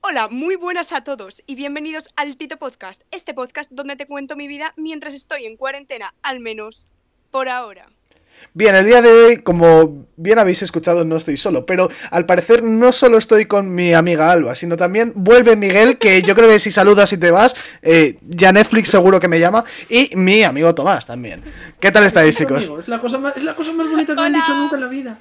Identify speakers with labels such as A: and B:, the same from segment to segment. A: Hola, muy buenas a todos y bienvenidos al Tito Podcast, este podcast donde te cuento mi vida mientras estoy en cuarentena, al menos por ahora.
B: Bien, el día de hoy, como bien habéis escuchado, no estoy solo, pero al parecer no solo estoy con mi amiga Alba, sino también vuelve Miguel, que yo creo que si saludas y te vas, eh, ya Netflix seguro que me llama, y mi amigo Tomás también. ¿Qué tal estáis, chicos?
C: Es la cosa más, es la cosa más bonita que me han
A: Hola.
C: dicho nunca en la vida.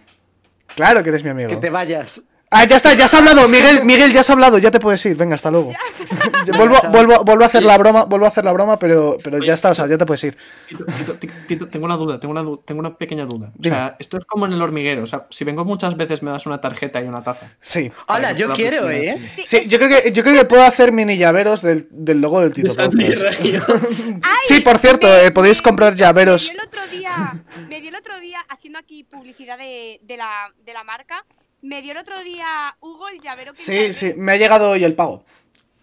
B: Claro que eres mi amigo.
D: Que te vayas.
B: Ah, ya está, ya has hablado, Miguel, Miguel, ya has hablado, ya te puedes ir, venga, hasta luego. vuelvo, vuelvo, vuelvo a hacer la broma, vuelvo a hacer la broma, pero, pero ya está, o sea, ya te puedes ir.
C: Tito, Tito, Tito, Tito, tengo una duda, tengo una, du- tengo una pequeña duda.
B: Dime.
C: O sea, esto es como en el hormiguero. O sea, si vengo muchas veces me das una tarjeta y una taza.
B: Sí.
D: Hola,
C: Para que
D: yo
C: la
D: quiero,
C: próxima-
D: ¿eh?
B: Sí, yo creo que, yo creo que puedo hacer mini llaveros del, del logo del Tito Podcast. Sí, por cierto, eh, podéis comprar
A: Me
B: llaveros.
A: dio el otro día, me dio el otro día haciendo aquí publicidad de, de la, de la marca. Me dio el otro día Hugo el llavero que
B: Sí,
A: encargué.
B: sí, me ha llegado hoy el pago.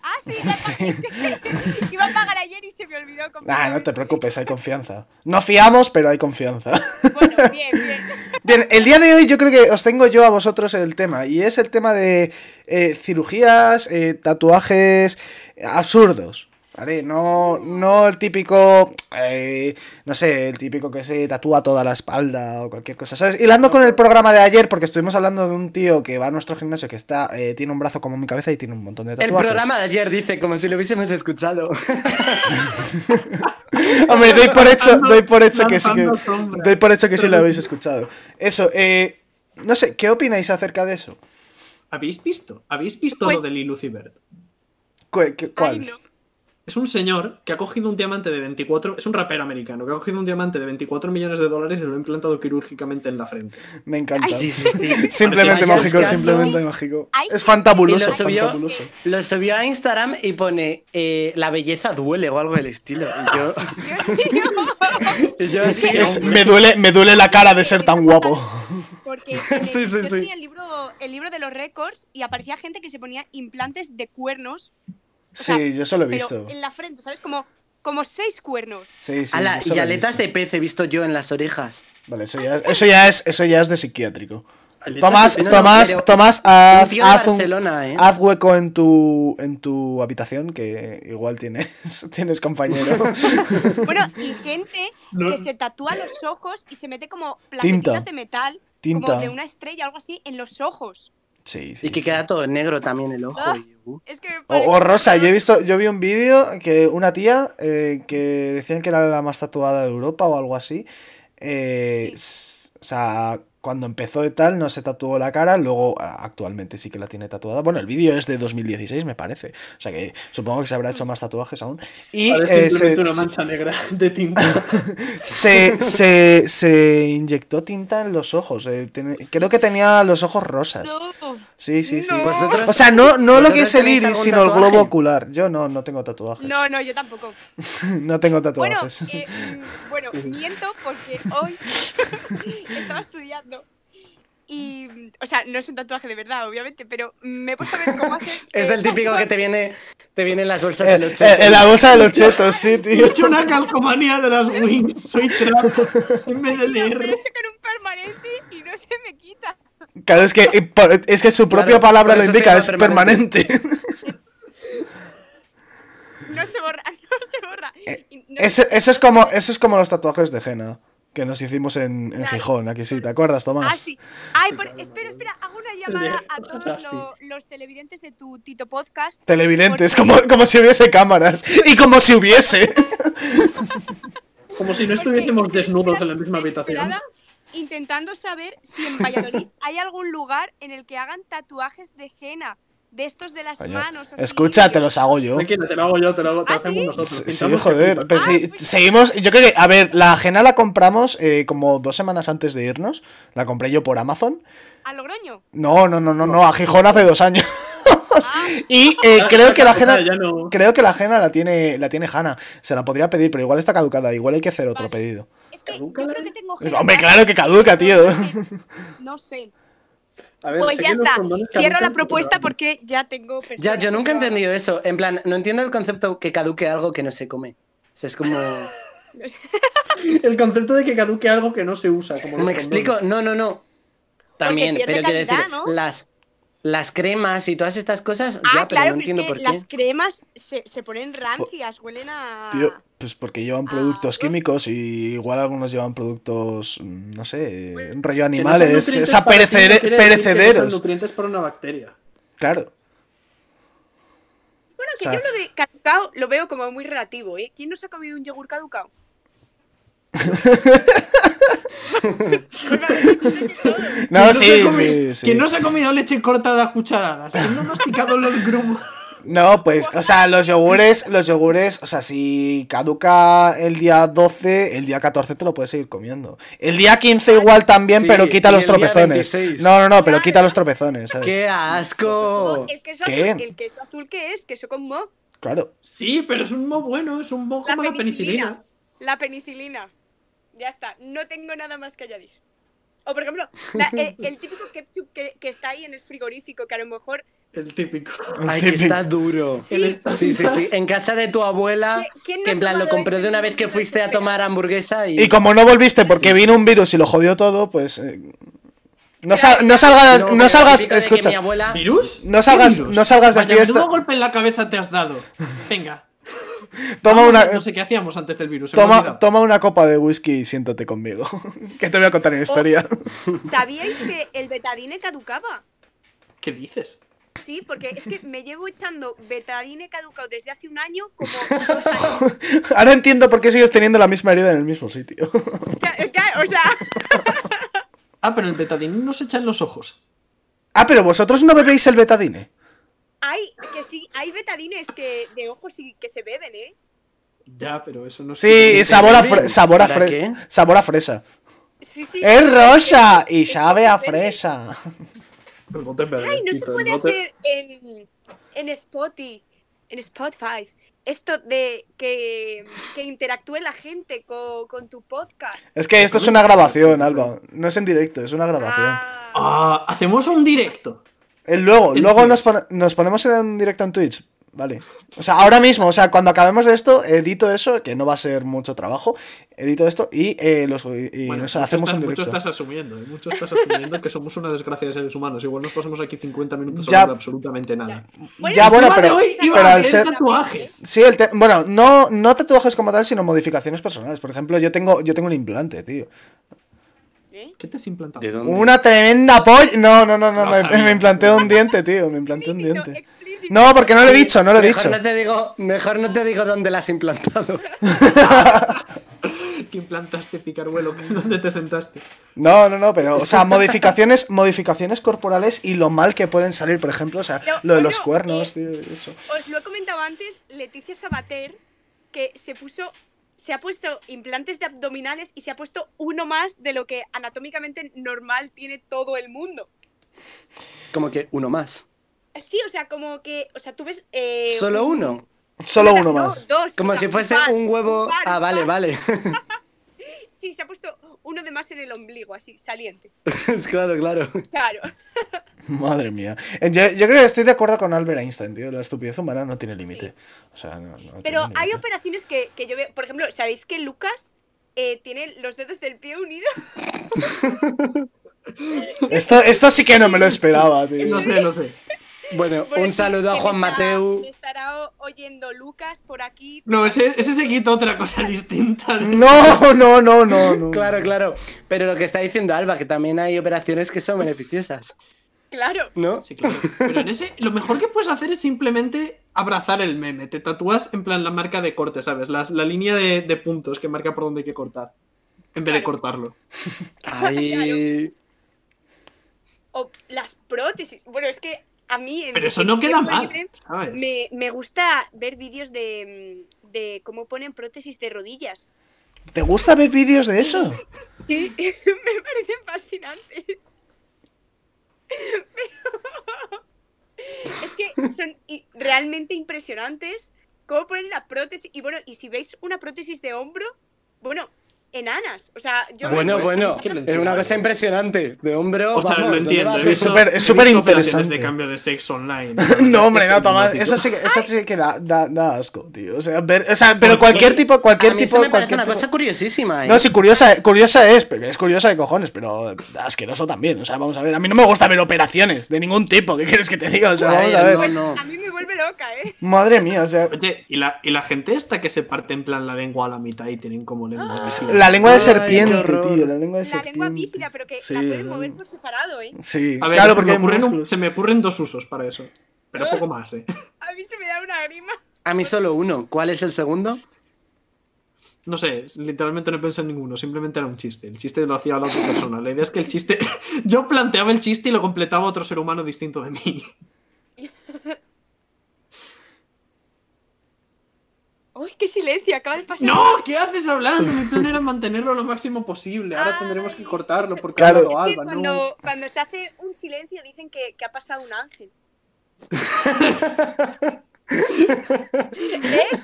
A: Ah, sí, ya
B: Sí.
A: pa- iba a pagar ayer y se me olvidó
B: Ah,
A: completamente.
B: no te preocupes, hay confianza. No fiamos, pero hay confianza.
A: Bueno, bien, bien.
B: Bien, el día de hoy yo creo que os tengo yo a vosotros el tema, y es el tema de eh, cirugías, eh, tatuajes absurdos. ¿Vale? No, no el típico, eh, no sé, el típico que se tatúa toda la espalda o cualquier cosa, ¿sabes? Hilando con el programa de ayer, porque estuvimos hablando de un tío que va a nuestro gimnasio que está, eh, tiene un brazo como mi cabeza y tiene un montón de
D: El
B: tatuajes.
D: programa de ayer dice como si lo hubiésemos escuchado.
B: Hombre, doy por hecho, doy por hecho que sí que.
C: Lanzando sombras.
B: Doy por hecho que sí lo habéis escuchado. Eso, eh. No sé, ¿qué opináis acerca de eso?
C: ¿Habéis visto? ¿Habéis visto
A: Pues-
C: lo de Lee Lucibert?
B: ¿Cu- qué-
A: Ay,
B: ¿Cuál?
A: no.
C: Es un señor que ha cogido un diamante de 24... Es un rapero americano que ha cogido un diamante de 24 millones de dólares y lo ha implantado quirúrgicamente en la frente.
B: Me encanta.
D: Sí, sí, sí.
B: Simplemente
D: Ay,
B: mágico,
D: buscando.
B: simplemente mágico.
A: Ay,
B: Es
D: Y
B: fantabuloso,
D: lo
B: es
D: subió,
B: fantabuloso.
D: lo subió a Instagram y pone eh, la belleza duele o algo del estilo. Y yo,
A: Dios mío.
D: y yo así,
B: Es- me, duele, me duele la cara de ser tan guapo.
A: Porque en el-
D: Sí, sí,
A: yo
D: sí.
A: tenía el libro, el libro de los récords y aparecía gente que se ponía implantes de cuernos, sea,
B: Sí, yo eso lo he
A: pero
B: visto.
A: en la frente, ¿sabes? Como, como seis cuernos.
B: Sí, sí,
D: Ala,
B: yo eso
D: y
B: lo he
D: aletas
B: visto.
D: de pez he visto yo en las orejas.
B: Vale, eso ya, eso ya es, eso ya es de psiquiátrico.
C: Aletas
B: Tomás,
D: de- no, no,
B: Tomás,
D: pero-
B: Tomás,
D: Un
B: haz,
D: tío de
B: haz un,
D: Barcelona, ¿eh?
B: Haz hueco en tu, en tu habitación, que igual tienes, tienes compañero.
A: Bueno, y gente
C: No.
A: que se tatúa los ojos y se mete como plaquetitas de metal,
B: Tinta.
A: como de una estrella o algo así, en los ojos.
B: Sí, sí.
D: Y que
B: sí.
D: queda todo negro también el ojo.
A: Ah.
D: y- uh.
A: Es que me
B: O,
A: parece-
B: o rosa, yo he visto, yo vi un vídeo que una tía eh, que decían que era la más tatuada de Europa o algo así. eh,
A: Sí.
B: s- O sea, cuando empezó y tal, no se tatuó la cara, luego a- actualmente sí que la tiene tatuada. Bueno, el vídeo es de 2016, me parece. O sea que supongo que se habrá hecho más tatuajes aún. Y eh, se, se-
C: negra de tinta.
B: se, se, se inyectó tinta en los ojos. eh, tiene- creo que tenía los ojos rosas.
A: No.
B: Sí, sí, sí.
A: No.
D: Vosotros-
B: O sea, no, no lo que
D: ¿vosotros
B: es el
D: tenéis
B: iris,
D: algún
B: sino el
D: tatuaje?
B: globo ocular. Yo no, no tengo tatuajes.
A: No, no, yo tampoco.
B: No tengo
A: Bueno,
B: tatuajes.
A: eh, mm, bueno, miento porque hoy estaba estudiando y, mm, o sea, no es un tatuaje de verdad, obviamente, pero me he puesto a ver cómo hacer.
D: Es del
A: eh,
D: típico que te viene, te vienen las bolsas
B: Eh,
D: de los
B: eh, en la bolsa de los chetos, sí,
C: He
B: tío.
C: hecho una calcomanía de las wings. Soy trap. En
A: Mira, me
C: vez de
A: lo he
C: leer.
A: hecho con un permanente y no se me quita.
B: Claro, es que, eh, por- es que su propia
D: Claro,
B: palabra
D: por
B: lo
D: eso se
B: indica,
D: llama
B: es permanente.
A: No se borra, no se borra.
B: Eh,
A: Y no-
B: Ese- eso, es como, eso es como los tatuajes de Jena que nos hicimos en, en
A: Claro.
B: Gijón, aquí sí, ¿te acuerdas,
A: Ah,
B: Tomás?
A: sí. Ay, por- espera, espera, hago una llamada a
C: de-
A: todos
C: ah, sí.
A: lo- los televidentes de tu Tito Podcast.
B: Televidentes,
A: Porque-
B: como, como si hubiese cámaras. Y como si hubiese.
C: Como si no
A: porque
C: estuviésemos
A: estoy
C: desnudos en la
A: desesperada-
C: misma habitación.
A: desesperada Intentando saber si en Valladolid hay algún lugar en el que hagan tatuajes de henna, de estos de las
B: Coño,
A: manos. así.
B: Escucha, te los hago yo.
C: Tranquila, te lo hago yo, te lo hago, te lo
A: ¿Ah,
C: hacemos
A: sí?
C: nosotros.
B: Sí,
C: pintamos
B: joder,
C: el
B: pero
A: Ah,
B: sí,
A: pues-
B: seguimos, yo creo que, a ver, la ajena la compramos eh, como dos semanas antes de irnos, la compré yo por Amazon,
A: A Logroño.
B: no, no, no, no, no, a Gijón hace dos años,
A: Ah,
B: y eh,
C: Ya-
B: creo
C: ya
B: que la
C: caducada,
B: ajena,
C: ya no.
B: creo que la ajena la tiene, la tiene Hanna, se la podría pedir, pero igual está caducada, igual hay que hacer otro
A: Vale.
B: pedido.
A: es que yo
C: ¿Caduca la
A: creo que
C: ley?
A: tengo henna.
B: Eh, Hombre, claro que caduca, tío.
A: No sé.
C: A ver,
A: Pues
C: sé
A: ya
C: que los
A: está.
C: condones
A: Cierro la
C: caducan,
A: propuesta
C: pero-
A: porque ya tengo.
D: Ya,
A: personas
D: yo nunca he
A: que lo-
D: entendido eso. En plan, no entiendo el concepto que caduque algo que no se come. O sea, es como.
C: El concepto de que caduque algo que no se usa. Como los
D: ¿Me
C: condones.
D: explico? No, no, no. También,
A: pues, pierde
D: pero quiero
A: calidad,
D: decir,
A: ¿no?
D: las, las cremas y todas estas cosas,
A: Ah,
D: ya, pero
A: claro,
D: no
A: pero
D: entiendo
A: es que
D: por qué.
A: las cremas se, se ponen rancias, huelen a.
B: Tío, pues porque llevan
A: Ah, ¿no?
B: productos químicos y igual algunos llevan productos, mm, no sé,
A: Bueno,
B: rollo
C: Que no son
B: animales, que, o
C: nutrientes
B: sea,
C: para ti, no
B: perecere-
C: quiere decir que no son
B: perecederos.
C: nutrientes para una bacteria.
B: Claro.
A: Bueno, que
B: o sea-
A: yo lo de caducado lo veo como muy relativo, ¿eh? ¿Quién nos ha comido un yogur caducado? Pues vale, yo sé que todos.
B: No,
C: Que se
B: sí,
C: ha comi-
B: sí, sí.
C: Que no se ha comido leche cortada a cucharadas. Que no ha masticado los grumos.
B: No, pues, o sea, los yogures, los yogures, o sea, si caduca el día 12, el día 14 te lo puedes seguir comiendo. El día 15 igual también,
D: Sí,
B: pero quita
D: y
B: los
D: el día
B: tropezones.
D: 26.
B: No, no, no, pero quita los tropezones, ¿sabes?
D: ¡Qué asco!
A: El queso,
B: ¿Qué?
A: Azul, el queso azul, ¿qué es? Queso con mo.
B: Claro.
C: Sí, pero es un mo bueno, es un mo
A: La
C: como la penicilina.
A: penicilina. La penicilina. Ya está. No tengo nada más que añadir. O, por ejemplo, la- el, el típico ketchup que, que está ahí en el frigorífico, que a lo mejor.
C: El típico.
D: Ay, que está duro.
A: Sí.
C: El esta-
D: Sí, sí, sí. En casa de tu abuela,
A: ¿Qui- quién no
D: que en
A: ha
D: plan lo
A: tomado
D: compré
A: ese
D: de una vez
A: momento
D: que fuiste a
A: desesperado?
D: tomar hamburguesa y.
B: Y como no volviste porque vino un virus y lo jodió todo, pues... eh, no, sal- no salgas, no,
D: pero
B: salgas,
D: típico de que
B: escucha.
D: mi abuela-
C: ¿Virus?
B: No salgas-
C: ¿Qué virus?
B: no salgas de
C: Vaya,
B: fiesta.
C: menudo golpe en la cabeza te has dado. Venga.
B: Toma
C: vamos
B: una, eh,
C: a- No sé qué hacíamos antes del virus. se me ha
B: toma,
C: olvidado.
B: toma una copa de whisky y siéntate conmigo. que te voy a contar
D: Oh.
B: una historia.
A: ¿Sabíais que el betadine caducaba?
C: ¿Qué dices?
A: Sí, porque es que me llevo echando betadine caducado desde hace un año como dos años.
B: Ahora entiendo por qué sigues teniendo la misma herida en el mismo sitio.
A: Ya- ya, o sea,
C: Ah, pero el betadine no se echa en los ojos.
B: ah, pero vosotros no bebéis el betadine.
A: hay que sí, hay betadines que de ojos sí que se beben, ¿eh?
C: Ya, pero eso no
B: Sí,
C: es.
B: sabor a,
D: bebe?
B: fre- sabor a,
D: ¿Para
B: fre-
D: qué?
B: sabor a fresa.
A: Sí, sí.
B: Es rosa y
A: Es que
B: sabe a
A: se bebe.
B: fresa.
C: El bote en verde,
A: Ay, no se
C: quita el
A: puede
C: bote.
A: hacer en, en Spotify, en Spotify, esto de que, que interactúe la gente co- con, tu podcast.
B: Es que esto es una grabación, Alba. No es en directo, es una grabación.
A: Ah,
C: Ah, hacemos un directo.
B: Eh, luego,
C: En
B: luego
C: Twitch.
B: nos, pone- nos ponemos en directo en Twitch. Vale. O sea, ahora mismo, o sea, cuando acabemos de esto, edito eso, que no va a ser mucho trabajo. Edito esto y, eh, lo subí- y
C: Bueno,
B: o sea,
C: mucho
B: hacemos
C: estás-
B: un directo.
C: Mucho estás asumiendo, ¿eh? mucho estás asumiendo que somos una desgracia de seres humanos. Igual nos pasamos aquí 50 minutos
B: Ya.
C: hablando de absolutamente nada.
B: ya,
A: el
B: bueno,
A: tema de
B: pero-
A: hoy iba
B: pero
A: a
B: al
A: ser
B: ser-
C: tatuajes.
B: Sí, el te- bueno, no, no tatuajes como tal, sino modificaciones personales. Por ejemplo, yo tengo, yo tengo un implante, tío.
A: ¿Eh?
C: ¿Qué te has implantado?
D: ¿De dónde?
B: Una tremenda polla. No, no, no, no,
C: Lo
B: me,
C: sabía.
B: me implanté un diente, tío. Me implanté un
A: Explícito,
B: diente.
A: explícito.
B: No, porque no lo he dicho, no lo he
D: mejor
B: dicho.
D: No te digo, mejor no te digo dónde la has implantado.
C: ¿Qué implantaste, picaruelo? ¿Dónde te sentaste?
B: No, no, no, pero, o sea, modificaciones, modificaciones corporales y lo mal que pueden salir, por ejemplo, o sea,
A: No,
B: lo de
A: bueno,
B: los cuernos,
A: eh,
B: tío, y eso.
A: Os lo he comentado antes, Leticia Sabater, que se puso, se ha puesto implantes de abdominales y se ha puesto uno más de lo que anatómicamente normal tiene todo el mundo.
D: Como que uno más.
A: Sí, o sea, como que, o sea, tú ves... eh,
D: Solo
A: un-
D: uno.
B: Solo
A: No, no,
B: uno más.
A: dos, o
D: Como
A: sea,
D: si fuese
A: par,
D: un huevo.
A: par,
D: Ah, vale,
A: par.
D: vale.
A: Sí, se ha puesto uno de más en el ombligo, así, saliente.
D: claro, claro.
A: Claro.
B: Madre mía. Eh, Yo, yo creo que estoy de acuerdo con Albert Einstein, tío. La estupidez humana no tiene límite. O sea, no, no tiene
A: Pero hay
B: límite.
A: operaciones que, que yo veo. Por ejemplo, ¿sabéis que Lucas eh, tiene los dedos del pie unidos?
B: Esto, esto sí que no me lo esperaba, tío.
C: No sé, no sé.
D: Bueno,
A: Bueno,
D: un saludo a
A: que me
D: Juan
A: estará-
D: Mateu.
A: Me estará o- oyendo Lucas por aquí.
C: No, ese, ese se quita otra cosa distinta. ¿eh?
B: No, no, no, no, no.
D: Claro, claro. Pero lo que está diciendo Alba, que también hay operaciones que son beneficiosas,
A: Claro.
D: ¿no?
C: Sí, claro. Pero en ese, lo mejor que puedes hacer es simplemente abrazar el meme. Te tatúas en plan la marca de corte, ¿sabes? Las- la línea de, de puntos que marca por dónde hay que cortar. En vez de
A: Claro.
C: cortarlo.
D: Ay,
A: O las prótesis. Bueno, es que a mí. en-
C: Pero eso
A: en
C: no
A: mi
C: queda
A: tiempo
C: mal,
A: libre
C: ¿sabes?
A: Me, me gusta ver vídeos de, mm, de cómo ponen prótesis de rodillas.
B: ¿Te gusta ver vídeos de eso?
A: Sí, me parecen fascinantes. Pero es que son i- realmente impresionantes cómo ponen la prótesis. Y bueno, y si veis una prótesis de hombro, bueno, enanas. O sea, yo me-
D: Bueno, bueno,
C: ¿Qué le
D: es una
C: entiendo?
D: cosa impresionante. De hombro.
C: O sea,
D: vamos,
C: lo
D: ¿dónde
C: entiendo.
D: vas?
C: he
B: Sí, es
C: visto-
B: súper- es
C: he visto
B: súper
C: operaciones
B: interesante.
C: de cambio de sexo online.
B: No, hombre, no, Tomás.
C: Estoy
B: Eso sí, que- eso sí que da, da- da asco, tío. O sea, ver- o sea, pero
C: Porque
B: cualquier tipo, cualquier
D: A mí eso
B: tipo,
D: me parece
B: cualquier
D: una
B: tipo-
D: cosa curiosísima. ¿eh?
B: No, sí, curiosa, curiosa es, porque es curiosa de cojones, pero asqueroso también. O sea, vamos a ver, a mí no me gusta ver operaciones de ningún tipo, ¿qué quieres que te diga? O sea,
D: A
B: vamos
D: ver,
B: a ver.
D: no, no.
A: Pues, A mí me vuelve loca, ¿eh?
B: Madre mía, o sea,
C: Oye, ¿y la, y la gente esta que se parte en plan la lengua a la mitad y tienen como lengua. así?
B: Ah. la lengua de
D: Ay,
B: serpiente,
D: qué horror.
B: tío, la lengua de
A: La
B: serpiente.
A: lengua bípida, pero que
B: Sí,
A: la pueden
B: la-
A: mover por separado, ¿eh?
B: Sí,
C: A ver,
B: claro,
C: se,
B: porque
C: me
B: hay
C: ocurren un-
B: músculos.
C: se me ocurren dos usos para eso. Pero poco más, ¿eh?
A: A mí se me da una grima.
D: A mí solo uno. ¿Cuál es el segundo?
C: No sé, literalmente no pensé en ninguno, simplemente era un chiste. El chiste lo hacía la otra persona. La idea es que el chiste. Yo planteaba el chiste y lo completaba otro ser humano distinto de mí.
A: ¡Uy, qué silencio! Acaba de pasar.
C: ¡No! ¿Qué haces hablando? Mi plan era mantenerlo lo máximo posible. Ahora tendremos que cortarlo porque ha
B: Claro.
A: Es
C: hablado
A: que
C: Alba,
A: cuando,
C: ¿no?
A: cuando se hace un silencio dicen que, que ha pasado un ángel. es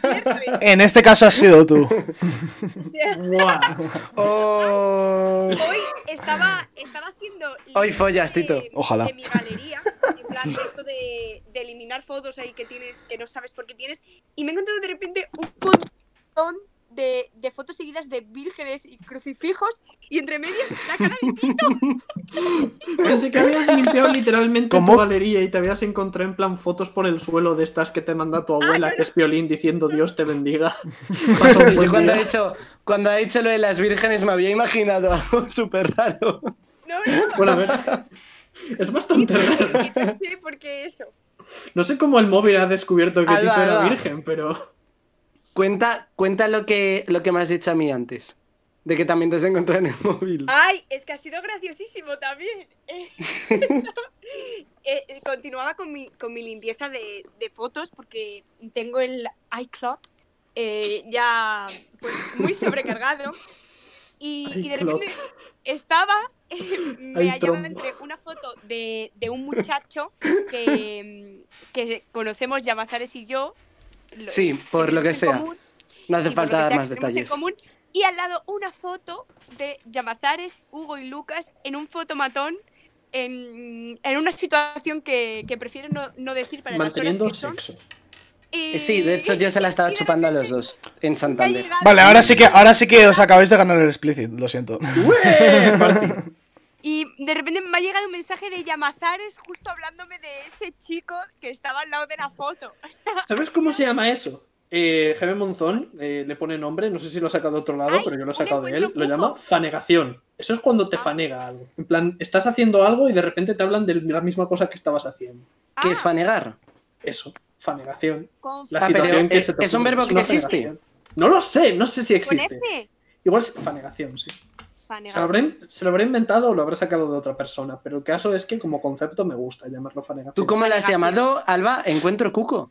A: cierto, ¿eh?
B: En este caso has sido tú.
A: O sea,
C: Guau.
D: Oh.
A: hoy estaba, estaba haciendo...
D: Hoy follas,
A: de-
D: Tito.
B: Ojalá.
A: De mi galería, en plan de esto de, de eliminar fotos ahí que tienes, que no sabes por qué tienes. Y me he encontrado de repente un montón de, de fotos seguidas de vírgenes y crucifijos y entre medios la cara de ti.
C: Pensé que habías limpiado literalmente
B: ¿Cómo?
C: tu galería y te habías encontrado en plan fotos por el suelo de estas que te manda tu
A: Ah,
C: abuela, que es violín, diciendo Dios te bendiga. Pasa un buen
D: Yo cuando ha,
C: día.
D: dicho, cuando ha dicho lo de las vírgenes me había imaginado algo súper raro.
A: No, no.
C: Bueno, a ver. Es bastante raro.
A: Yo sé por qué eso.
C: No sé cómo el móvil ha descubierto que
D: Alba,
C: Tito era
D: Alba.
C: virgen, pero.
D: Cuenta, cuenta lo, que, lo que me has dicho a mí antes. De que también te has encontrado en el móvil.
A: Ay, es que ha sido graciosísimo también. Eh, eh, eh, continuaba con mi, con mi limpieza de, de fotos porque tengo el iCloud eh, ya pues, muy sobrecargado. Y, y de
C: iCloud.
A: repente estaba, eh, me
C: Ay,
A: hallaba
C: trombo.
A: entre una foto de, de un muchacho que, que conocemos Llamazares y yo. lo-
D: Sí, por lo que
A: tenemos en
D: sea.
A: común,
D: No hace
A: Sí, por lo
D: falta
A: que
D: dar
A: sea,
D: más
A: que tenemos en
D: detalles.
A: común. Y al lado una foto de Yamazares, Hugo y Lucas en un fotomatón en, en una situación que, que prefiero no, no decir para las horas
C: Manteniendo
A: que son.
C: sexo.
A: Y-
D: Eh, Sí, de hecho yo se la estaba
A: y de
D: chupando a
A: repente
D: los dos en
A: me ha
D: Santander.
A: llegado-
B: Vale, ahora sí que, ahora sí que os acabáis de ganar el split, lo siento.
C: ¡Ué! Partí.
A: Y de repente me ha llegado un mensaje de Yamazares justo hablándome de ese chico que estaba al lado de la foto.
C: ¿Sabes cómo se llama eso? Eh, Jaime Monzón eh, le pone nombre, no sé si lo ha sacado de otro lado,
A: Ay,
C: pero yo lo he
A: un
C: sacado de él.
A: encuentro
C: Lo
A: cuco.
C: llama fanegación. Eso es cuando te
A: Ah.
C: fanega algo. En plan, estás haciendo algo y de repente te hablan de la misma cosa que estabas haciendo.
D: ¿Qué
A: Ah,
D: es fanegar?
C: Eso, fanegación.
A: con-
C: La
D: Ah, pero
C: situación que
D: ¿es-
C: se te
D: es un
C: ocurre,
D: verbo que
C: una
D: existe?
C: fanegación. No lo sé, no sé si
A: con
C: existe.
A: F.
C: Igual es fanegación, sí.
A: Fanega.
C: Se lo, habré, se lo habré inventado o lo habré sacado de otra persona, pero el caso es que como concepto me gusta llamarlo fanegación.
D: ¿Tú cómo la has
A: Fanegación.
D: llamado, Alba? Encuentro cuco.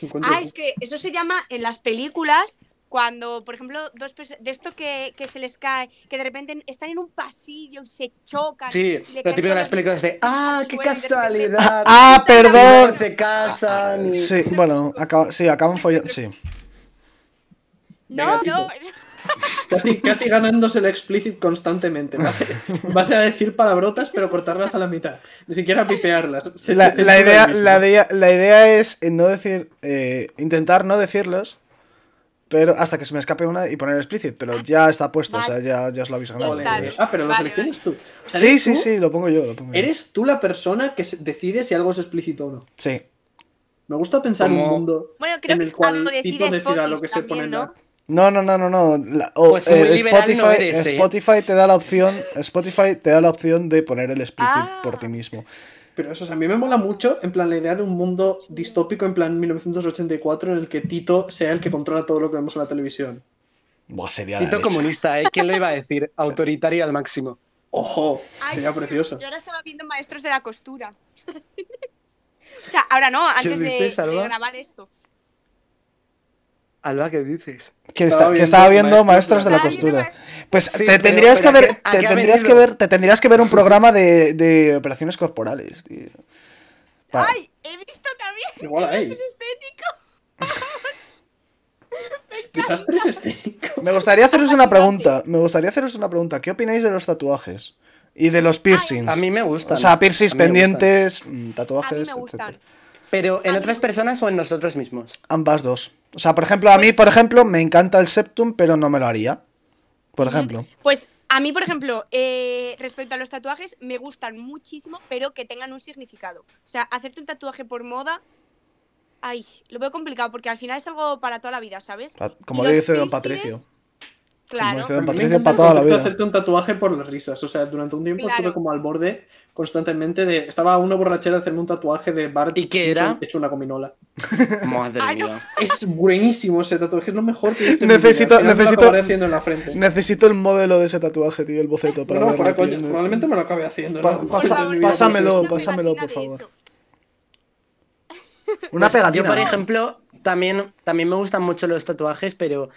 C: Encuentro
A: Ah, es que eso se llama en las películas cuando, por ejemplo, dos personas, de esto que, que se les cae, que de repente están en un pasillo y se chocan.
D: Sí,
A: Ah, y le caen
D: lo típico de
A: todas
D: las películas de ¡Ah, qué
A: Suena de repente.
D: casualidad!
B: Ah, perdón.
D: Se
A: Ah,
D: casan. y-
B: Sí, bueno, acaba- sí, acaban follando. Sí.
A: No,
C: Venga,
A: no,
C: Casi, casi ganándose el explicit constantemente. Vas a, vas a decir palabrotas, pero cortarlas a la mitad. Ni siquiera pipearlas. Se-
B: La,
C: se
B: la
C: censura
B: idea,
C: el mismo.
B: la, idea, la idea es eh, no decir, eh, intentar no decirlos, pero hasta que se me escape una y poner explícit,
D: Ah,
B: pero ya está puesto, o sea, ya, ya os lo habéis ganado.
C: Ole.
A: Vale.
C: Ah, pero lo
A: Vale,
C: seleccionas tú. O sea,
B: Sí,
C: eres
B: sí,
C: tú-
B: sí, lo pongo yo, lo pongo yo.
C: Eres tú la persona que se- decide si algo es explícito o no.
B: Sí.
C: Me gusta pensar en un
D: Como-
C: mundo
A: Bueno, creo
C: en
A: que
C: el cual
A: cuando
C: Tito
A: decides
C: decida lo
A: fotos
C: que se
A: también,
C: pone en
A: ¿no?
C: la-
B: No, no, no, no, no. la- o,
D: Pues muy
B: eh,
D: liberal
B: Spotify,
D: no eres, ¿eh?
B: Spotify te da la opción, Spotify te da la opción de poner el explícit
A: Ah.
B: por ti mismo.
C: Pero eso, o sea, a mí me mola mucho, en plan, la idea de un mundo distópico, en plan 1984, en el que Tito sea el que controla todo lo que vemos en la televisión.
B: Buah, sería la
D: Tito
B: leche.
D: comunista, ¿eh? ¿Quién lo iba a decir? Autoritario al máximo.
C: ¡Ojo!
A: Ay,
C: Sería precioso.
A: Yo ahora estaba viendo Maestros de la Costura. o sea, ahora no, antes de,
D: dices,
A: de
D: Alba?
A: grabar esto.
D: Alba, ¿qué dices?
B: que,
C: Estaba
B: está- que
C: viendo
B: estaba viendo maestros
C: Maestros
B: de
C: de
B: la
A: la
B: costura.
A: Costura.
B: Pues
D: Sí,
B: te
D: pero-
B: tendrías que
D: pero ¿a
B: ver,
D: qué- a
B: te
D: qué ha
B: tendrías que
D: venido?
B: ver, te tendrías que ver un programa de, de operaciones corporales, tío. Pa-
A: ¡Ay! He visto también.
C: Igual ahí.
A: Es estético.
C: Desastres escénicos.
B: Me gustaría haceros una pregunta. Me gustaría haceros una pregunta. ¿Qué opináis de los tatuajes? Y de los piercings.
D: A mí me gusta.
B: o sea, piercings pendientes, mm,
A: A mí
B: tatuajes,
A: me gustan.
B: etc.
D: Pero
A: A
D: en
A: mí
D: otras
A: me-
D: personas o en nosotros mismos.
B: Ambas dos. O sea, por ejemplo, a mí,
A: Pues-
B: por ejemplo, me encanta el septum, pero no me lo haría. Por ejemplo.
A: Pues a mí, por ejemplo, eh, respecto a los tatuajes, me gustan muchísimo, pero que tengan un significado. O sea, hacerte un tatuaje por moda, ay, lo veo complicado porque al final es algo para toda la vida, ¿sabes?
B: Pa-
A: Y
B: como
A: los
B: dice don
A: piercings,
B: Patricio.
A: Claro.
B: dice don- Patricio,
C: Me encanta
B: pa' toda la
C: el concepto de
B: vida.
C: hacerte un tatuaje por las risas. O sea, durante un tiempo
A: Claro.
C: estuve como al borde constantemente de. Estaba una borrachera de hacerme un tatuaje de Bart
D: ¿Y qué era?
C: Simpson hecho una gominola.
D: Madre
A: Ay, Ah, no.
D: mía.
C: Es buenísimo ese tatuaje, es lo mejor que he visto en
B: Necesito-
C: mi vida. Al final me lo
B: necesito-
C: acabaré haciendo en la frente.
B: Necesito el modelo de ese tatuaje, tío, el boceto. Para
C: No, no,
B: verlo
C: fuera
B: aquí
C: coño,
B: en el-
C: Probablemente me lo acabe haciendo.
B: Pa-
C: ¿no?
A: Por
B: Pasa-
A: favor,
B: pásamelo,
A: una pegatina
B: pásamelo, por
A: de
B: favor.
A: eso.
B: Una
D: Pues Yo,
B: pegatina.
D: por
B: ¿no?
D: ejemplo, también, también me gustan mucho los tatuajes, pero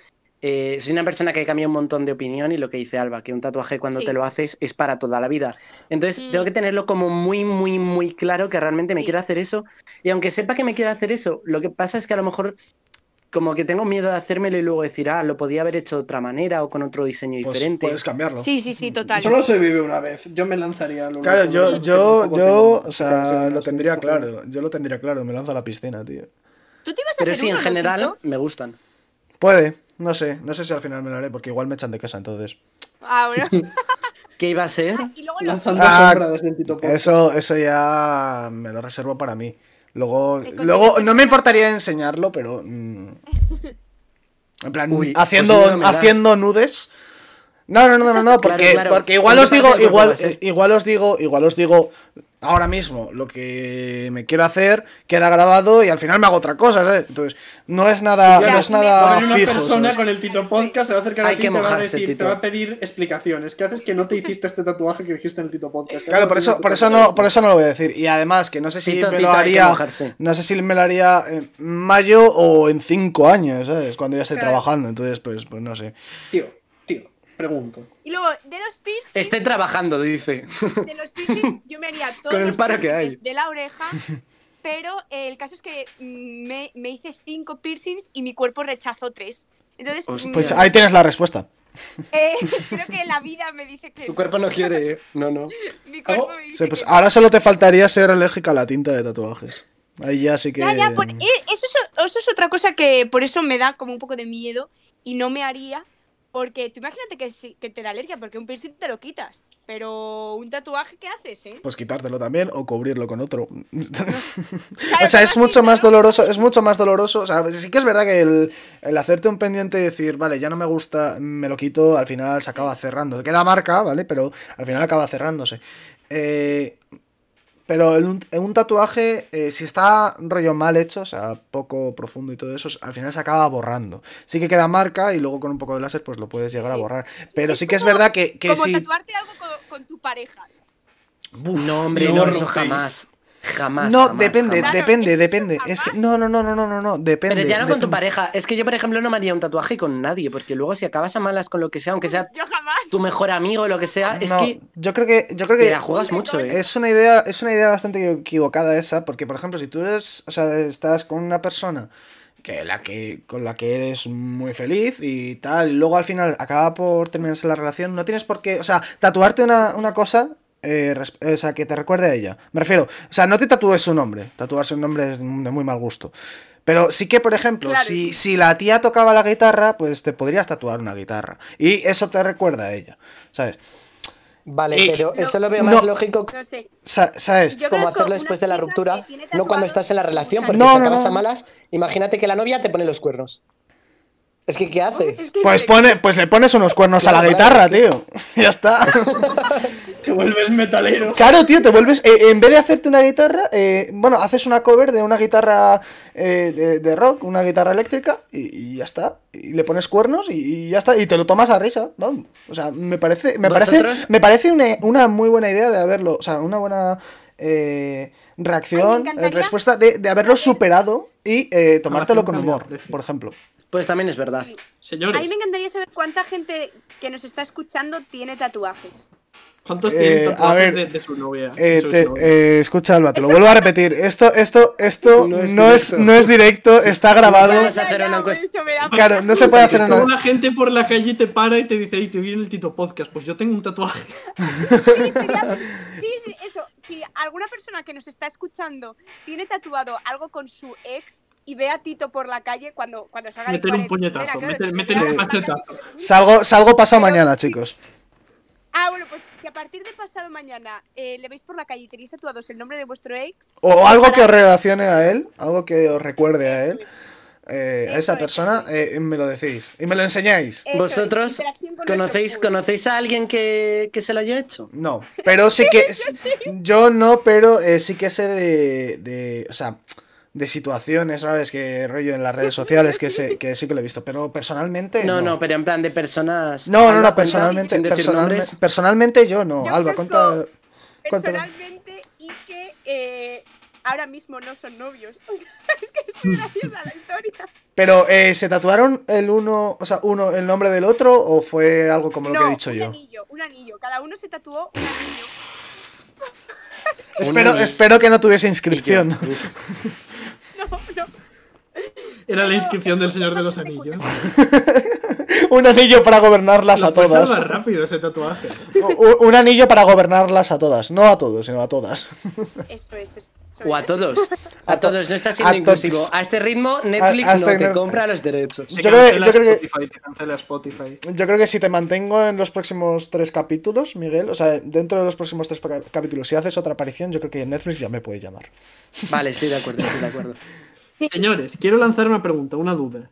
D: eh, soy una persona que cambia un montón de opinión y lo que dice Alba, que un tatuaje cuando
A: Sí.
D: te lo haces es para toda la vida. Entonces,
A: Mm.
D: tengo que tenerlo como muy, muy, muy claro que realmente me
A: Sí.
D: quiero hacer eso. Y aunque sepa que me quiero hacer eso, lo que pasa es que a lo mejor como que tengo miedo de hacérmelo y luego decir, ah, lo podía haber hecho de otra manera o con otro diseño
B: Pues
D: diferente.
B: puedes cambiarlo.
A: Sí, sí, sí, total.
C: Solo se vive una vez. Yo me lanzaría. a lo
B: Claro,
C: loco,
B: yo,
C: porque
B: yo,
C: tampoco
B: yo,
C: tengo-
B: o
C: tengo
B: sea,
C: que
B: lo tendría
C: hacer nada.
B: claro. Yo lo tendría claro. Me lanzo a la piscina, tío.
A: ¿Tú te ibas a
D: Pero
A: hacer
D: sí, en
A: uno,
D: general
A: Lotito?
D: me gustan.
B: Puede, no sé. No sé si al final me lo haré, porque igual me echan de casa, entonces.
A: Ah, bueno.
D: ¿Qué iba a ser?
A: Y luego los
C: Lanzando
B: Ah,
C: sombra desde el Tito Pop.
B: Eso, eso ya me lo reservo para mí. Luego,
A: Te
B: luego
A: contigo.
B: no me importaría enseñarlo, pero. mm, en plan,
D: Uy,
B: haciendo,
D: pues no me das.
B: haciendo nudes. No, no, no, no, no, porque,
D: claro.
B: porque igual
D: Yo
B: os digo,
D: también lo
B: igual,
D: puedo hacer.
B: eh, igual os digo, igual os digo ahora mismo lo que me quiero hacer, queda grabado y al final me hago otra cosa, ¿sabes? Entonces, no es nada,
C: Claro,
B: no es
A: me-
C: Va a
B: nada
C: venir una
B: Ah, fijo.
C: persona
B: ¿sabes?
C: con el Tito Podcast, se va a acercar a
D: Hay
C: ti
D: que
C: y te va a
D: mojarse,
C: decir,
D: Tito.
C: te va a pedir explicaciones. ¿Qué haces que no te hiciste este tatuaje que dijiste en el Tito Podcast?
B: Claro, por eso, por eso no, por eso no lo voy a decir. Y además, que no sé si
D: Tito,
B: me lo
D: tito, hay que
B: haría.
D: mojarse.
B: No sé si me lo haría en mayo o en cinco años, ¿sabes? Cuando ya esté
A: Claro.
B: trabajando. Entonces, pues, pues no sé.
C: Tío, tío, pregunto.
A: Y luego, de los piercings,
D: Esté trabajando, dice.
A: de los piercings, yo me haría todos
D: Con el
A: los
D: paro que hay.
A: piercings de la oreja, pero eh, el caso es que mm, me, me hice cinco piercings y mi cuerpo rechazó tres. Entonces, mm,
D: Hostia.
B: Pues ahí tienes la respuesta.
A: eh, creo que la vida me dice que
D: Tu cuerpo no quiere, ¿eh? No, no.
A: mi cuerpo
C: Oh,
A: me dice
B: Sí, pues
A: que no.
B: ahora solo te faltaría ser alérgica a la tinta de tatuajes. Ahí ya sí ah, que.
A: Ya, ya, por- eh, eso, es, eso es otra cosa que por eso me da como un poco de miedo y no me haría. Porque tú imagínate que, sí- que te da alergia, porque un piercing te lo quitas. Pero un tatuaje, ¿qué haces, eh?
B: Pues quitártelo también o cubrirlo con otro.
A: Claro,
B: o sea,
A: te
B: es
A: das
B: mucho
A: cuenta,
B: más
A: ¿no?
B: doloroso, es mucho más doloroso. O sea, sí que es verdad que el, el hacerte un pendiente y decir, vale, ya no me gusta, me lo quito, al final se acaba cerrando. Queda marca, ¿vale? Pero al final acaba cerrándose. Eh, pero el- un, un tatuaje, eh, si está rollo mal hecho, o sea, poco profundo y todo eso, al final se acaba borrando. Sí que queda marca y luego con un poco de láser, pues lo puedes llegar a
A: Sí.
B: borrar. Pero
A: Es
B: sí que es
A: como-
B: verdad que, que
A: Como
B: si.
A: tatuarte algo con, con tu pareja.
B: Buf.
D: No, hombre,
C: No
D: no,
C: rompéis.
D: eso jamás. Jamás.
B: No,
D: jamás,
B: depende,
D: jamás.
A: Claro,
B: depende,
A: es que eso
B: depende. Es que,
A: jamás.
B: no, no, no, no, no, no, no, depende.
D: Pero ya no con tu
B: depende.
D: pareja. Es que yo, por ejemplo, no me haría un tatuaje con nadie, porque luego si acabas a malas con lo que sea, aunque sea
A: Yo jamás.
D: tu mejor amigo o lo que sea, Ah, es
B: No,
D: que
B: yo creo que, yo creo
D: te
B: que
D: la juegas mucho, ¿eh?
B: es una idea, es una idea bastante equivocada esa, porque por ejemplo, si tú eres, o sea, estás con una persona que la que con la que eres muy feliz y tal, y luego al final acaba por terminarse la relación, no tienes por qué, o sea, tatuarte una, una cosa eh, res- o sea, que te recuerde a ella. Me refiero, o sea, no te tatúes su nombre. Tatuarse un nombre es de muy mal gusto. Pero sí que, por ejemplo,
A: Claro,
B: si,
A: sí.
B: si la tía tocaba la guitarra, pues te podrías tatuar una guitarra. Y eso te recuerda a ella, ¿sabes?
D: Vale,
B: Eh,
D: pero
A: no,
D: eso lo veo
B: no.
D: más lógico
A: No sé.
B: Sa- ¿Sabes?
A: Yo
D: como
A: conozco
D: hacerlo
A: una
D: después de la
A: chica
D: ruptura,
A: que tiene
D: no cuando
A: tatuados
D: estás en la relación, porque
A: gusanos.
B: No, no,
D: si acabas
B: no.
D: a malas, imagínate que la novia te pone los cuernos. Es que, ¿qué
A: Es
D: haces?
A: que-
B: Pues, pone, pues le pones unos cuernos a la
D: Claro,
B: guitarra,
D: claro,
B: tío. Ya está.
C: Te vuelves metalero.
B: Claro, tío, te vuelves. eh, en vez de hacerte una guitarra, eh, bueno, haces una cover de una guitarra eh, de, de rock, una guitarra eléctrica, y, y ya está. Y le pones cuernos y, y ya está. Y te lo tomas a risa. Vamos. O sea, me parece. Me parece,
D: ¿Vosotros?
B: me parece una, una muy buena idea de haberlo. O sea, una buena. eh,
A: Ay, me
B: reacción, eh,
A: encantaría
B: respuesta de, de haberlo
A: saber-
B: superado y eh, tomártelo con
C: cambia de
B: humor,
C: precio.
B: por ejemplo.
D: Pues también es verdad.
A: Sí. A
C: Señores.
A: mí me encantaría saber cuánta gente que nos está escuchando tiene tatuajes.
C: ¿Cuántos tienen
B: Eh, a
C: tatuajes
B: ver,
C: de, de su novia?
B: Eh,
C: de su
B: te-
C: exnovia?
B: eh, escucha, Alba, te lo vuelvo a repetir. Esto, esto, esto no
D: No
B: es,
D: es
B: no es,
D: directo.
B: directo, está grabado.
D: Vamos a hacer una encuesta.
A: eso me da-
B: Claro, no se puede hacer
C: Toda
B: una.
C: la gente por la calle te para y te dice, y te viene el Tito Podcast. Pues yo tengo un tatuaje.
A: Sí, sería- sí, sí, eso. Si alguna persona que nos está escuchando tiene tatuado algo con su ex y ve a Tito por la calle cuando, cuando salga de
C: Métele un
A: cuarentena,
C: puñetazo,
A: claro,
C: métele-
A: si
C: métele
A: lo ve
B: un
A: por la calle,
C: machetazo.
A: que le-
B: Salgo, salgo pasado mañana, chicos.
A: Ah, bueno, pues si a partir de pasado mañana eh, le veis por la calle y tenéis tatuados el nombre de vuestro ex,
B: O algo que os relacione a él, algo que os recuerde
D: Pues,
B: a
A: eso
B: él,
A: es,
B: eh, a
A: Eso
B: esa
A: es,
B: persona,
A: eso es.
B: eh, me lo decís. Y me lo enseñáis.
A: eso es,
D: ¿Vosotros
A: interacción con
D: ¿Conocéis,
A: nuestro público.
D: ¿Conocéis a alguien que, que se lo haya hecho?
B: No, pero sí que. Yo no, pero eh, sí que sé de, de- O sea, de situaciones, ¿sabes? Que rollo en las redes sociales, que, sé, que sí que lo he visto. Pero personalmente.
D: No,
B: No,
D: no, pero en plan de personas.
B: No, no,
D: Alba,
B: no,
D: cuenta,
B: personalmente.
D: sin decir
B: personalme-
D: nombres.
B: personalmente yo no.
A: Yo
B: Alba, cuenta.
A: conozco
B: cuéntalo.
A: personalmente y que eh, ahora mismo no son novios. O sea, es que es muy graciosa la historia.
B: Pero, eh, ¿se tatuaron el uno, o sea, uno el nombre del otro o fue algo como lo que he dicho
A: un
B: yo?
A: anillo, un anillo. Cada uno se tatuó un anillo.
D: Un
B: Espero,
D: anillo.
B: espero que no tuviese inscripción.
D: Y yo, uf,
A: No, no.
C: Era la
A: Pero
C: inscripción del
A: es
C: Señor de los
A: bastante
C: Anillos.
A: curioso.
B: un anillo para gobernarlas a
C: Lo puedes
B: todas.
C: salvar rápido ese tatuaje.
B: U- un anillo para gobernarlas a todas. No a todos, sino a todas.
A: Eso es. eso es.
D: O a todos.
B: A
D: A
B: to-
D: todos, no está siendo
B: a
D: inclusivo.
B: todos.
D: A este ritmo, Netflix
B: A-
D: no
B: hasta
D: te
B: que no-
D: compra los derechos.
C: Se
B: Yo creo-
C: cancela
B: yo creo que-
C: Spotify, te cancela Spotify.
B: Yo creo que si te mantengo en los próximos tres capítulos, Miguel, o sea, dentro de los próximos tres pa- capítulos, si haces otra aparición, yo creo que Netflix ya me puede llamar.
D: Vale, estoy de acuerdo, estoy de acuerdo.
C: Señores, quiero lanzar una pregunta, una duda.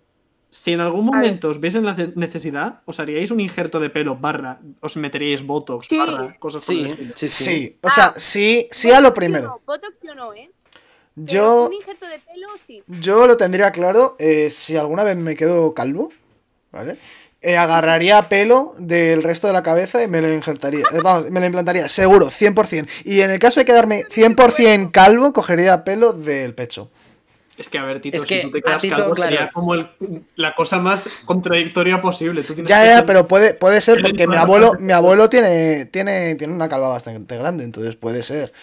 C: Si en algún
A: ver.
C: momento os veis en la ce- necesidad, ¿os haríais un injerto de pelo barra? ¿Os meteríais botox
A: Sí.
C: barra? Cosas por el
D: Sí,
C: estilo?
D: sí, sí.
B: Sí, o sea, sí, sí a lo
A: Botox
B: primero.
A: yo no, Botox yo no, ¿eh? Pero
B: Yo,
A: Un injerto de pelo, sí.
B: yo lo tendría claro eh, si alguna vez me quedo calvo, ¿vale? Eh, agarraría pelo del resto de la cabeza y me lo injertaría. eh, vamos, me lo implantaría, seguro, 100%. Y en el caso de quedarme 100% calvo, cogería pelo del pecho.
C: Es que, a ver, Tito,
D: Es
C: si
D: que
C: tú te
D: a
C: quedas
D: Tito,
C: calvo
D: claro.
C: sería como el- la cosa más contradictoria posible. Tú tienes
B: Ya,
C: que
B: ya,
C: ser-
B: pero puede, puede ser
C: Tienen
B: porque mi
C: toda la
B: abuelo,
C: razón.
B: mi abuelo tiene, tiene, tiene una calva bastante grande, entonces puede ser.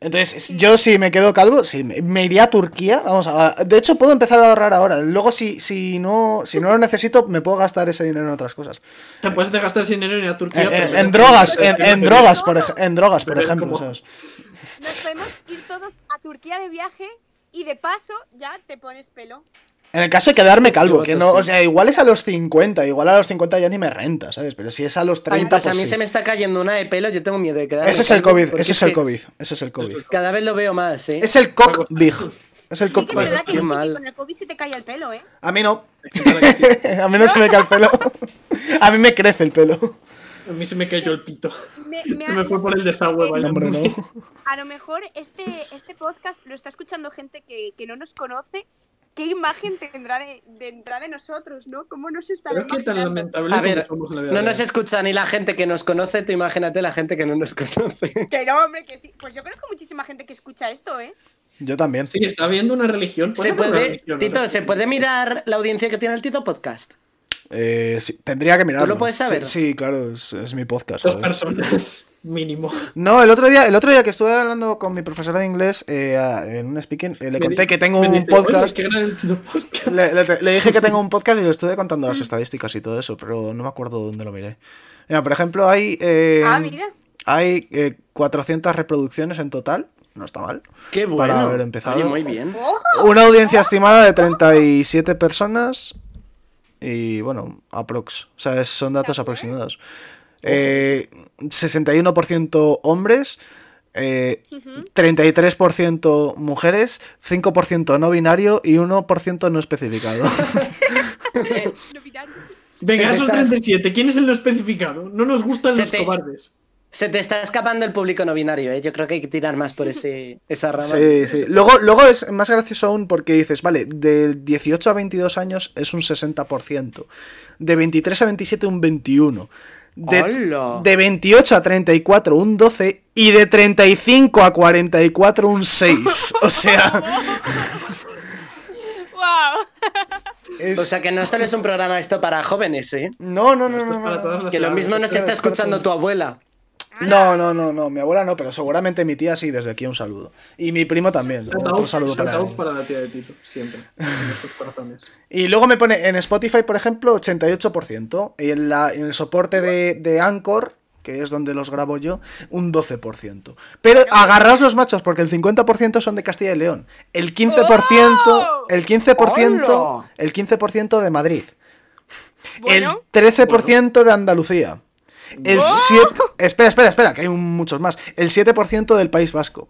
B: Entonces,
A: Sí.
B: yo si me quedo calvo, sí, me, me iría a Turquía. Vamos a, de hecho, puedo empezar a ahorrar ahora. Luego, si, si, no, si no lo necesito, me puedo gastar ese dinero en otras cosas.
C: Te puedes de gastar ese dinero en ir a Turquía.
B: En,
C: pero-
B: Eh, en- en drogas, en, en
A: Pero-
B: drogas, por, ej- en drogas, por
C: Pero es
B: ejemplo.
C: como-
B: ¿sabes?
A: Nos podemos ir todos a Turquía de viaje y de paso ya te pones pelo.
B: En el caso de quedarme calvo, que no,
D: sí.
B: o sea, igual es a los 50, igual a los 50 ya ni me renta, ¿sabes? Pero si es a los 30,
D: Ay, pues,
B: pues
D: a mí
B: sí.
D: se me está cayendo una de pelo, yo tengo miedo de quedar.
B: Ese es el COVID, ese es el COVID, ese es el COVID.
D: Cada vez lo veo más, ¿eh?
B: Es el cock big. Es el
A: Sí
B: cock
A: que es
B: big.
D: Bueno,
A: verdad
D: qué
A: que, dicen que
D: mal.
A: con el COVID se te cae el pelo, ¿eh?
B: A mí no.
C: Pero-
B: A mí no se me cae el pelo. A mí me crece el pelo.
C: A mí se me cayó el pito.
A: Me,
C: Se
A: ha-
C: me fue por el
A: Eh,
C: desagüe,
B: No,
C: vaya.
B: hombre, no.
A: A lo mejor este, este podcast lo está escuchando gente que, que no nos conoce. ¿Qué imagen tendrá de, tendrá de nosotros, no? ¿Cómo nos estará
C: Pero qué tan
A: imaginando?
C: lamentable
D: A
C: como somos
D: ver,
C: en la vida
D: no
C: real.
D: nos escucha ni la gente que nos conoce, tú imagínate la gente que no nos conoce.
A: Que no, hombre, que sí. Pues yo conozco muchísima gente que escucha esto, ¿eh?
B: Yo también.
C: Sí, está viendo una religión.
D: ¿Se
C: haber una
D: puede,
C: religión,
D: Tito,
C: ¿no?
D: ¿se puede mirar la audiencia que tiene el Tito Podcast?
B: Eh, sí, tendría que mirarlo.
D: ¿Tú lo puedes saber?
B: Sí, sí, claro, es, es mi podcast.
C: Dos
B: joder.
C: personas, mínimo.
B: No, el otro día, el otro día que estuve hablando con mi profesora de inglés eh, a- en un speaking, eh, le
C: Me
B: conté
C: di-
B: que tengo
C: me
B: un
C: dice, "Oye,
B: podcast.
C: qué gran tu podcast".
B: Le, le- le dije que tengo un podcast y le estuve contando las estadísticas y todo eso, pero no me acuerdo dónde lo miré. Mira, por ejemplo, hay, eh,
A: ah, mira.
B: hay eh, 400 reproducciones en total. No está mal.
D: Qué bueno.
B: Para haber empezado.
D: Oye, muy bien.
A: ¡Oh!
B: Una audiencia estimada de 37 personas y bueno, aprox. O sea, es- son datos
A: Está bien.
B: aproximados. Eh, 61% hombres, eh,
A: Ujú.
B: 33% mujeres, 5% no binario y 1% no especificado.
A: Lo miraron.
C: Venga,
D: te
C: esos
D: estás-
C: 37. ¿Quién es el no especificado? No nos gustan
D: Se
C: los
D: te-
C: cobardes.
D: Se te está escapando el público no binario, ¿eh? Yo creo que hay que tirar más por ese, esa rama.
B: Sí, sí. Luego, luego es más gracioso aún porque dices, vale, de 18 a 22 años es un 60%, de 23 a 27 un 21%, de,
D: ¡Hola!
B: de 28 a 34 un 12% y de 35 a 44 un 6%. O sea,
A: ¡Wow!
B: es-
D: O sea que no solo es un programa esto para jóvenes, ¿eh?
B: No, no, no,
C: Esto
B: no.
C: es para
B: no,
C: todas
B: no.
C: las
D: Que lo
C: edades.
D: mismo nos
B: Claro,
D: está
B: es para
D: escuchando
B: todo.
D: tu abuela.
B: No, no, no, no. Mi abuela no, pero seguramente mi tía sí, desde aquí un saludo. Y mi primo también.
C: Shout
B: Otro
C: out-
B: saludo
C: shout
B: para
C: out
B: él.
C: para la tía de Tito, siempre. En nuestros corazones.
B: Y luego me pone en Spotify, por ejemplo, 88%. Y en, la, en el soporte de, de Anchor, que es donde los grabo yo, un 12%. Pero agarraos los machos, porque el 50% son de Castilla y León. El 15%,
A: ¡Oh!
B: el 15%,
D: ¡Hola!
B: el 15% de Madrid.
A: Bueno,
B: El 13% de Andalucía. El
A: ¡Oh!
B: 7... Espera, espera, espera, que hay un- muchos más. El 7% del País Vasco.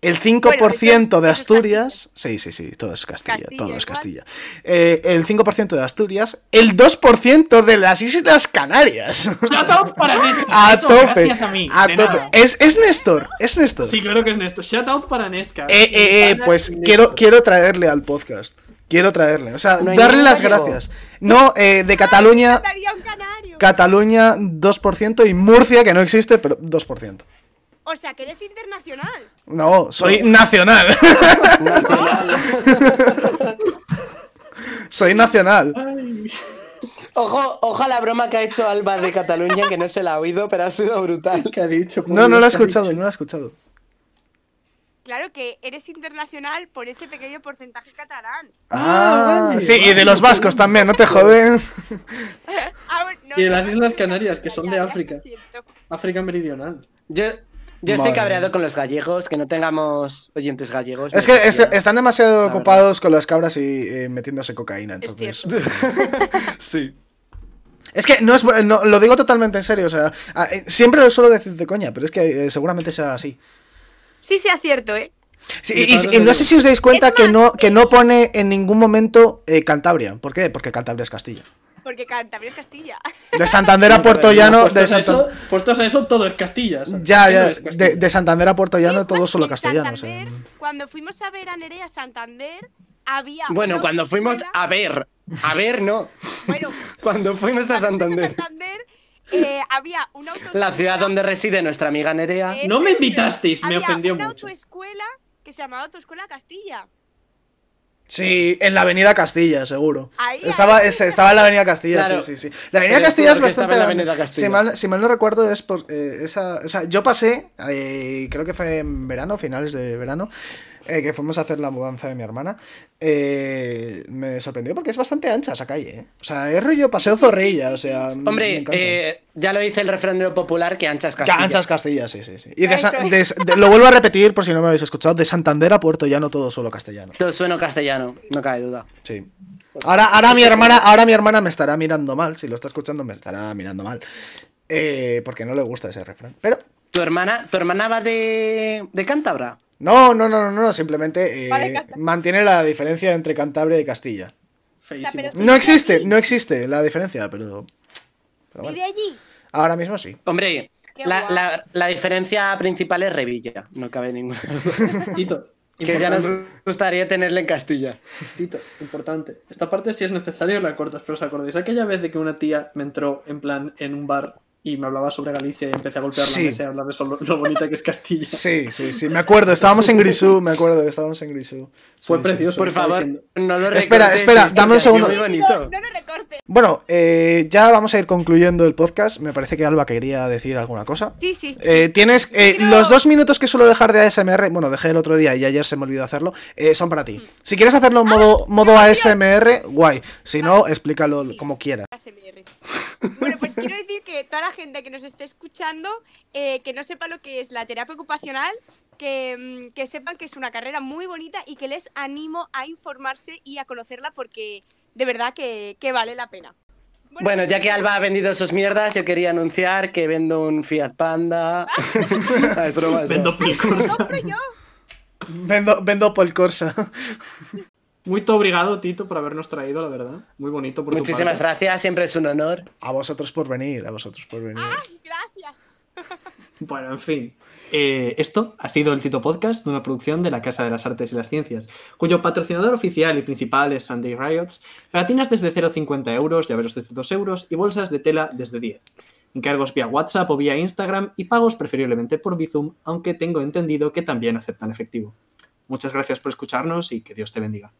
B: El
A: eso
B: 5%
A: es-
B: de
A: eso es
B: Asturias. Sí, sí, sí, todo es Castilla.
A: Castilla
B: todo es
A: igual.
B: Castilla. Eh, el 5% de Asturias. El 2% de las Islas Canarias.
C: Shout out para Néstor.
B: a
C: eso,
B: tope.
C: Gracias a mí.
B: a
C: de
B: tope.
C: nada.
B: Es, es Néstor. Es Néstor.
C: Sí, claro que es Néstor. Shout out para Nesca.
B: Eh, eh, eh,
C: Ana
B: pues
C: y
B: quiero,
C: Néstor.
B: quiero traerle al podcast. Quiero traerle. O sea,
D: No hay
B: darle
D: ningún
B: las
D: gallego.
B: gracias. No, eh, de Cataluña.
A: daría un canario.
B: Cataluña 2% y Murcia, que no existe, pero 2%.
A: O sea, que eres internacional.
B: No, soy nacional. soy nacional.
C: Ay,
D: Ojo, ojo a la broma que ha hecho Alba de Cataluña, que no se la ha oído, pero ha sido brutal.
C: ¿qué ha dicho? por
B: No, no lo
C: Dios,
B: he
C: ¿qué ha
B: escuchado,
C: dicho?
B: no lo he escuchado.
A: Claro que eres internacional por ese pequeño porcentaje catalán.
C: Ah,
B: Ah,
C: vale,
B: sí, y de
C: vale,
B: los vascos
C: coño.
B: también, no te joden.
A: Ah, bueno, no,
C: Y de
A: no,
C: las
A: no,
C: Islas
A: no,
C: Canarias,
A: ya,
C: que son
A: ya,
C: de
A: ya,
C: África.
A: lo siento.
C: África Meridional.
D: Yo, yo estoy
B: Madre
D: cabreado
B: mía.
D: con los gallegos, que no tengamos oyentes gallegos.
B: Es
D: me
B: que es-
D: decepciona.
B: están demasiado
D: verdad.
B: ocupados con las cabras y eh, metiéndose cocaína,
A: Es
B: entonces.
D: Sí.
B: Es que no es bu- no, lo digo totalmente en serio, o sea, ah, eh, siempre lo suelo decir de coña, pero es que eh, seguramente sea así.
A: Sí, sea cierto, ¿eh?
B: Sí,
C: Mi
B: y- y,
C: padre
B: y no
C: lo-
B: sé si os dais cuenta
A: Es
B: que,
A: más, eh,
B: no, que no pone en ningún momento eh, Cantabria. ¿Por qué? Porque Cantabria es Castilla.
A: Porque Cantabria es Castilla.
B: De Santander a Puerto
D: Cantabria,
B: Llano, de
C: puestos, a pues eso,
B: Santander.
C: puestos a eso, todo es Castilla. ¿sabes?
B: Ya,
C: ¿Qué no
B: ya,
C: es Castilla?
B: de, de Santander a Puerto Llano
A: Es
B: todo
A: más,
B: solo
A: en
B: castellano. o sea.
A: Santander, Cuando fuimos a ver a Nerea Santander, había.
D: Bueno,
A: una
D: cuando fuimos
A: escuela-
D: a ver, a ver, no.
A: Bueno,
D: Cuando
A: cuando fuimos
D: fuimos a
A: a
D: Santander,
A: Santander, eh, había una autoescuela.
D: la ciudad donde reside nuestra amiga Nerea.
A: Eso
C: No me
A: es,
C: invitasteis, me
A: había
C: ofendió
A: una
C: mucho.
A: autoescuela que se llamaba Autoescuela Castilla.
B: Sí, en la Avenida Castilla, seguro.
A: Ahí,
B: estaba,
A: ahí.
B: es- estaba en la Avenida Castilla,
D: Claro.
B: sí, sí, sí. La Avenida
D: Pero
B: Castilla es
D: seguro que estaba
B: bastante.
D: en la
B: grande.
D: Avenida Castilla.
B: Si, mal, si mal no recuerdo, es por eh, esa. O sea, yo pasé, eh, creo que fue en verano, finales de verano, eh, que fuimos a hacer la mudanza de mi hermana. eh, me sorprendió porque es bastante ancha esa calle. eh. O sea, es rollo paseo zorrilla, o sea. m- me
D: Hombre,
B: encanta.
D: eh, ya lo dice el refrendero popular que anchas Castilla.
B: Anchas Castilla, sí, sí, sí. Y de
A: Eso
B: Sa-
A: es.
B: de S- de- lo vuelvo a repetir por si no me habéis escuchado, de Santander a Puerto Llano todo solo castellano.
D: Todo suena castellano, no cabe duda.
B: Sí. Ahora, ahora mi hermana, ahora mi hermana me estará mirando mal, si lo está escuchando me estará mirando mal. Eh, porque no le gusta ese refrán. Pero
D: ¿Tu hermana, tu hermana va de, de Cántabra?
B: no, no, no, no, no, simplemente eh,
A: Vale, canta.
B: mantiene la diferencia entre Cantabria y Castilla.
C: Feísimo.
A: O sea, pero-
B: No existe, no existe la diferencia, pero, pero bueno,
A: Vive allí.
B: ahora mismo sí.
D: Hombre,
A: Qué
D: la,
A: guay.
D: la- la diferencia principal es Revilla, no cabe ninguna.
C: Tito,
D: Que ya nos
C: importante,
D: gustaría tenerla en Castilla.
C: Tito, importante. Esta parte, si es necesario, la cortas, pero os acordáis aquella vez de que una tía me entró en plan en un bar y me hablaba sobre Galicia y empecé a golpear
B: Sí.
C: la mesa y a hablar de solo- lo bonita que es Castilla.
B: Sí, sí, sí, me acuerdo, estábamos en Grisú, me acuerdo, estábamos en Grisú.
C: Fue
B: Sí, sí,
C: precioso.
D: Por
C: estaba
D: favor,
C: diciendo.
D: no lo
B: Espera,
D: recortes,
B: espera,
D: es
B: dame un
D: que ha sido
B: segundo.
D: muy
A: No,
D: bonito.
A: no lo recortes.
B: Bueno, eh, ya vamos a ir concluyendo el podcast. Me parece que Alba quería decir alguna cosa.
A: Sí, sí. sí.
B: Eh, tienes eh,
A: Quiero-
B: los dos minutos que suelo dejar de ASMR, bueno, dejé el otro día y ayer se me olvidó hacerlo, eh, son para
A: Mm.
B: ti. Si quieres hacerlo en modo, modo ASMR, guay. Si no, explícalo
A: Sí.
B: como quieras.
A: ASMR. Bueno, pues quiero decir que toda la gente que nos esté escuchando, eh, que no sepa lo que es la terapia ocupacional, que, mm, que sepan que es una carrera muy bonita y que les animo a informarse y a conocerla porque de verdad que, que vale la pena.
D: Bueno, ya que Alba ha vendido sus mierdas, yo quería anunciar que vendo un Fiat Panda. Ah, es broma, es broma.
C: Vendo
A: lo
C: películas.
A: compro yo.
B: Vendo, vendo por Corsa.
C: Muy te obrigado, Tito, por habernos traído, la verdad. Muy bonito por tu
D: Muchísimas
C: parte.
D: gracias, siempre es un honor.
B: A vosotros por venir, a vosotros por venir.
A: Ay, gracias.
C: Bueno, en fin. Eh, esto ha sido el Tito Podcast, una producción de la Casa de las Artes y las Ciencias, cuyo patrocinador oficial y principal es Sunday Riots, gelatinas desde 0,50 euros, llaveros desde 2 euros y bolsas de tela desde 10. Encargos vía WhatsApp o vía Instagram y pagos preferiblemente por Bizum, aunque tengo entendido que también aceptan efectivo. Muchas gracias por escucharnos y que Dios te bendiga.